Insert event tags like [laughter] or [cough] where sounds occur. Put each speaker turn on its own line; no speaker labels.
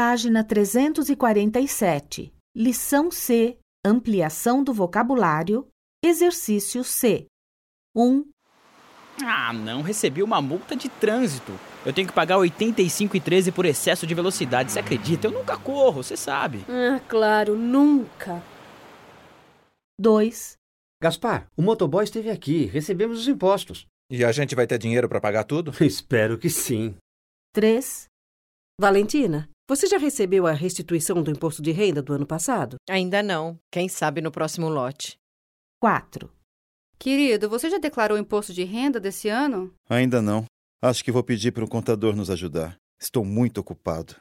página 347. Lição C. Ampliação do vocabulário. Exercício C. 1,
Ah, não, recebi uma multa de trânsito. Eu tenho que pagar 85,13 por excesso de velocidade. Você acredita? Eu nunca corro, você sabe.
Ah, claro, nunca.
2,
Gaspar, o motoboy esteve aqui, recebemos os impostos.
E a gente vai ter dinheiro para pagar tudo?
[laughs] Espero que sim.
3,
Valentina, você já recebeu a restituição do imposto de renda do ano passado?
Ainda não. Quem sabe no próximo lote.
4,
Querido, você já declarou o imposto de renda desse ano?
um Ainda não. Acho que vou pedir para o contador nos ajudar. Estou muito ocupado.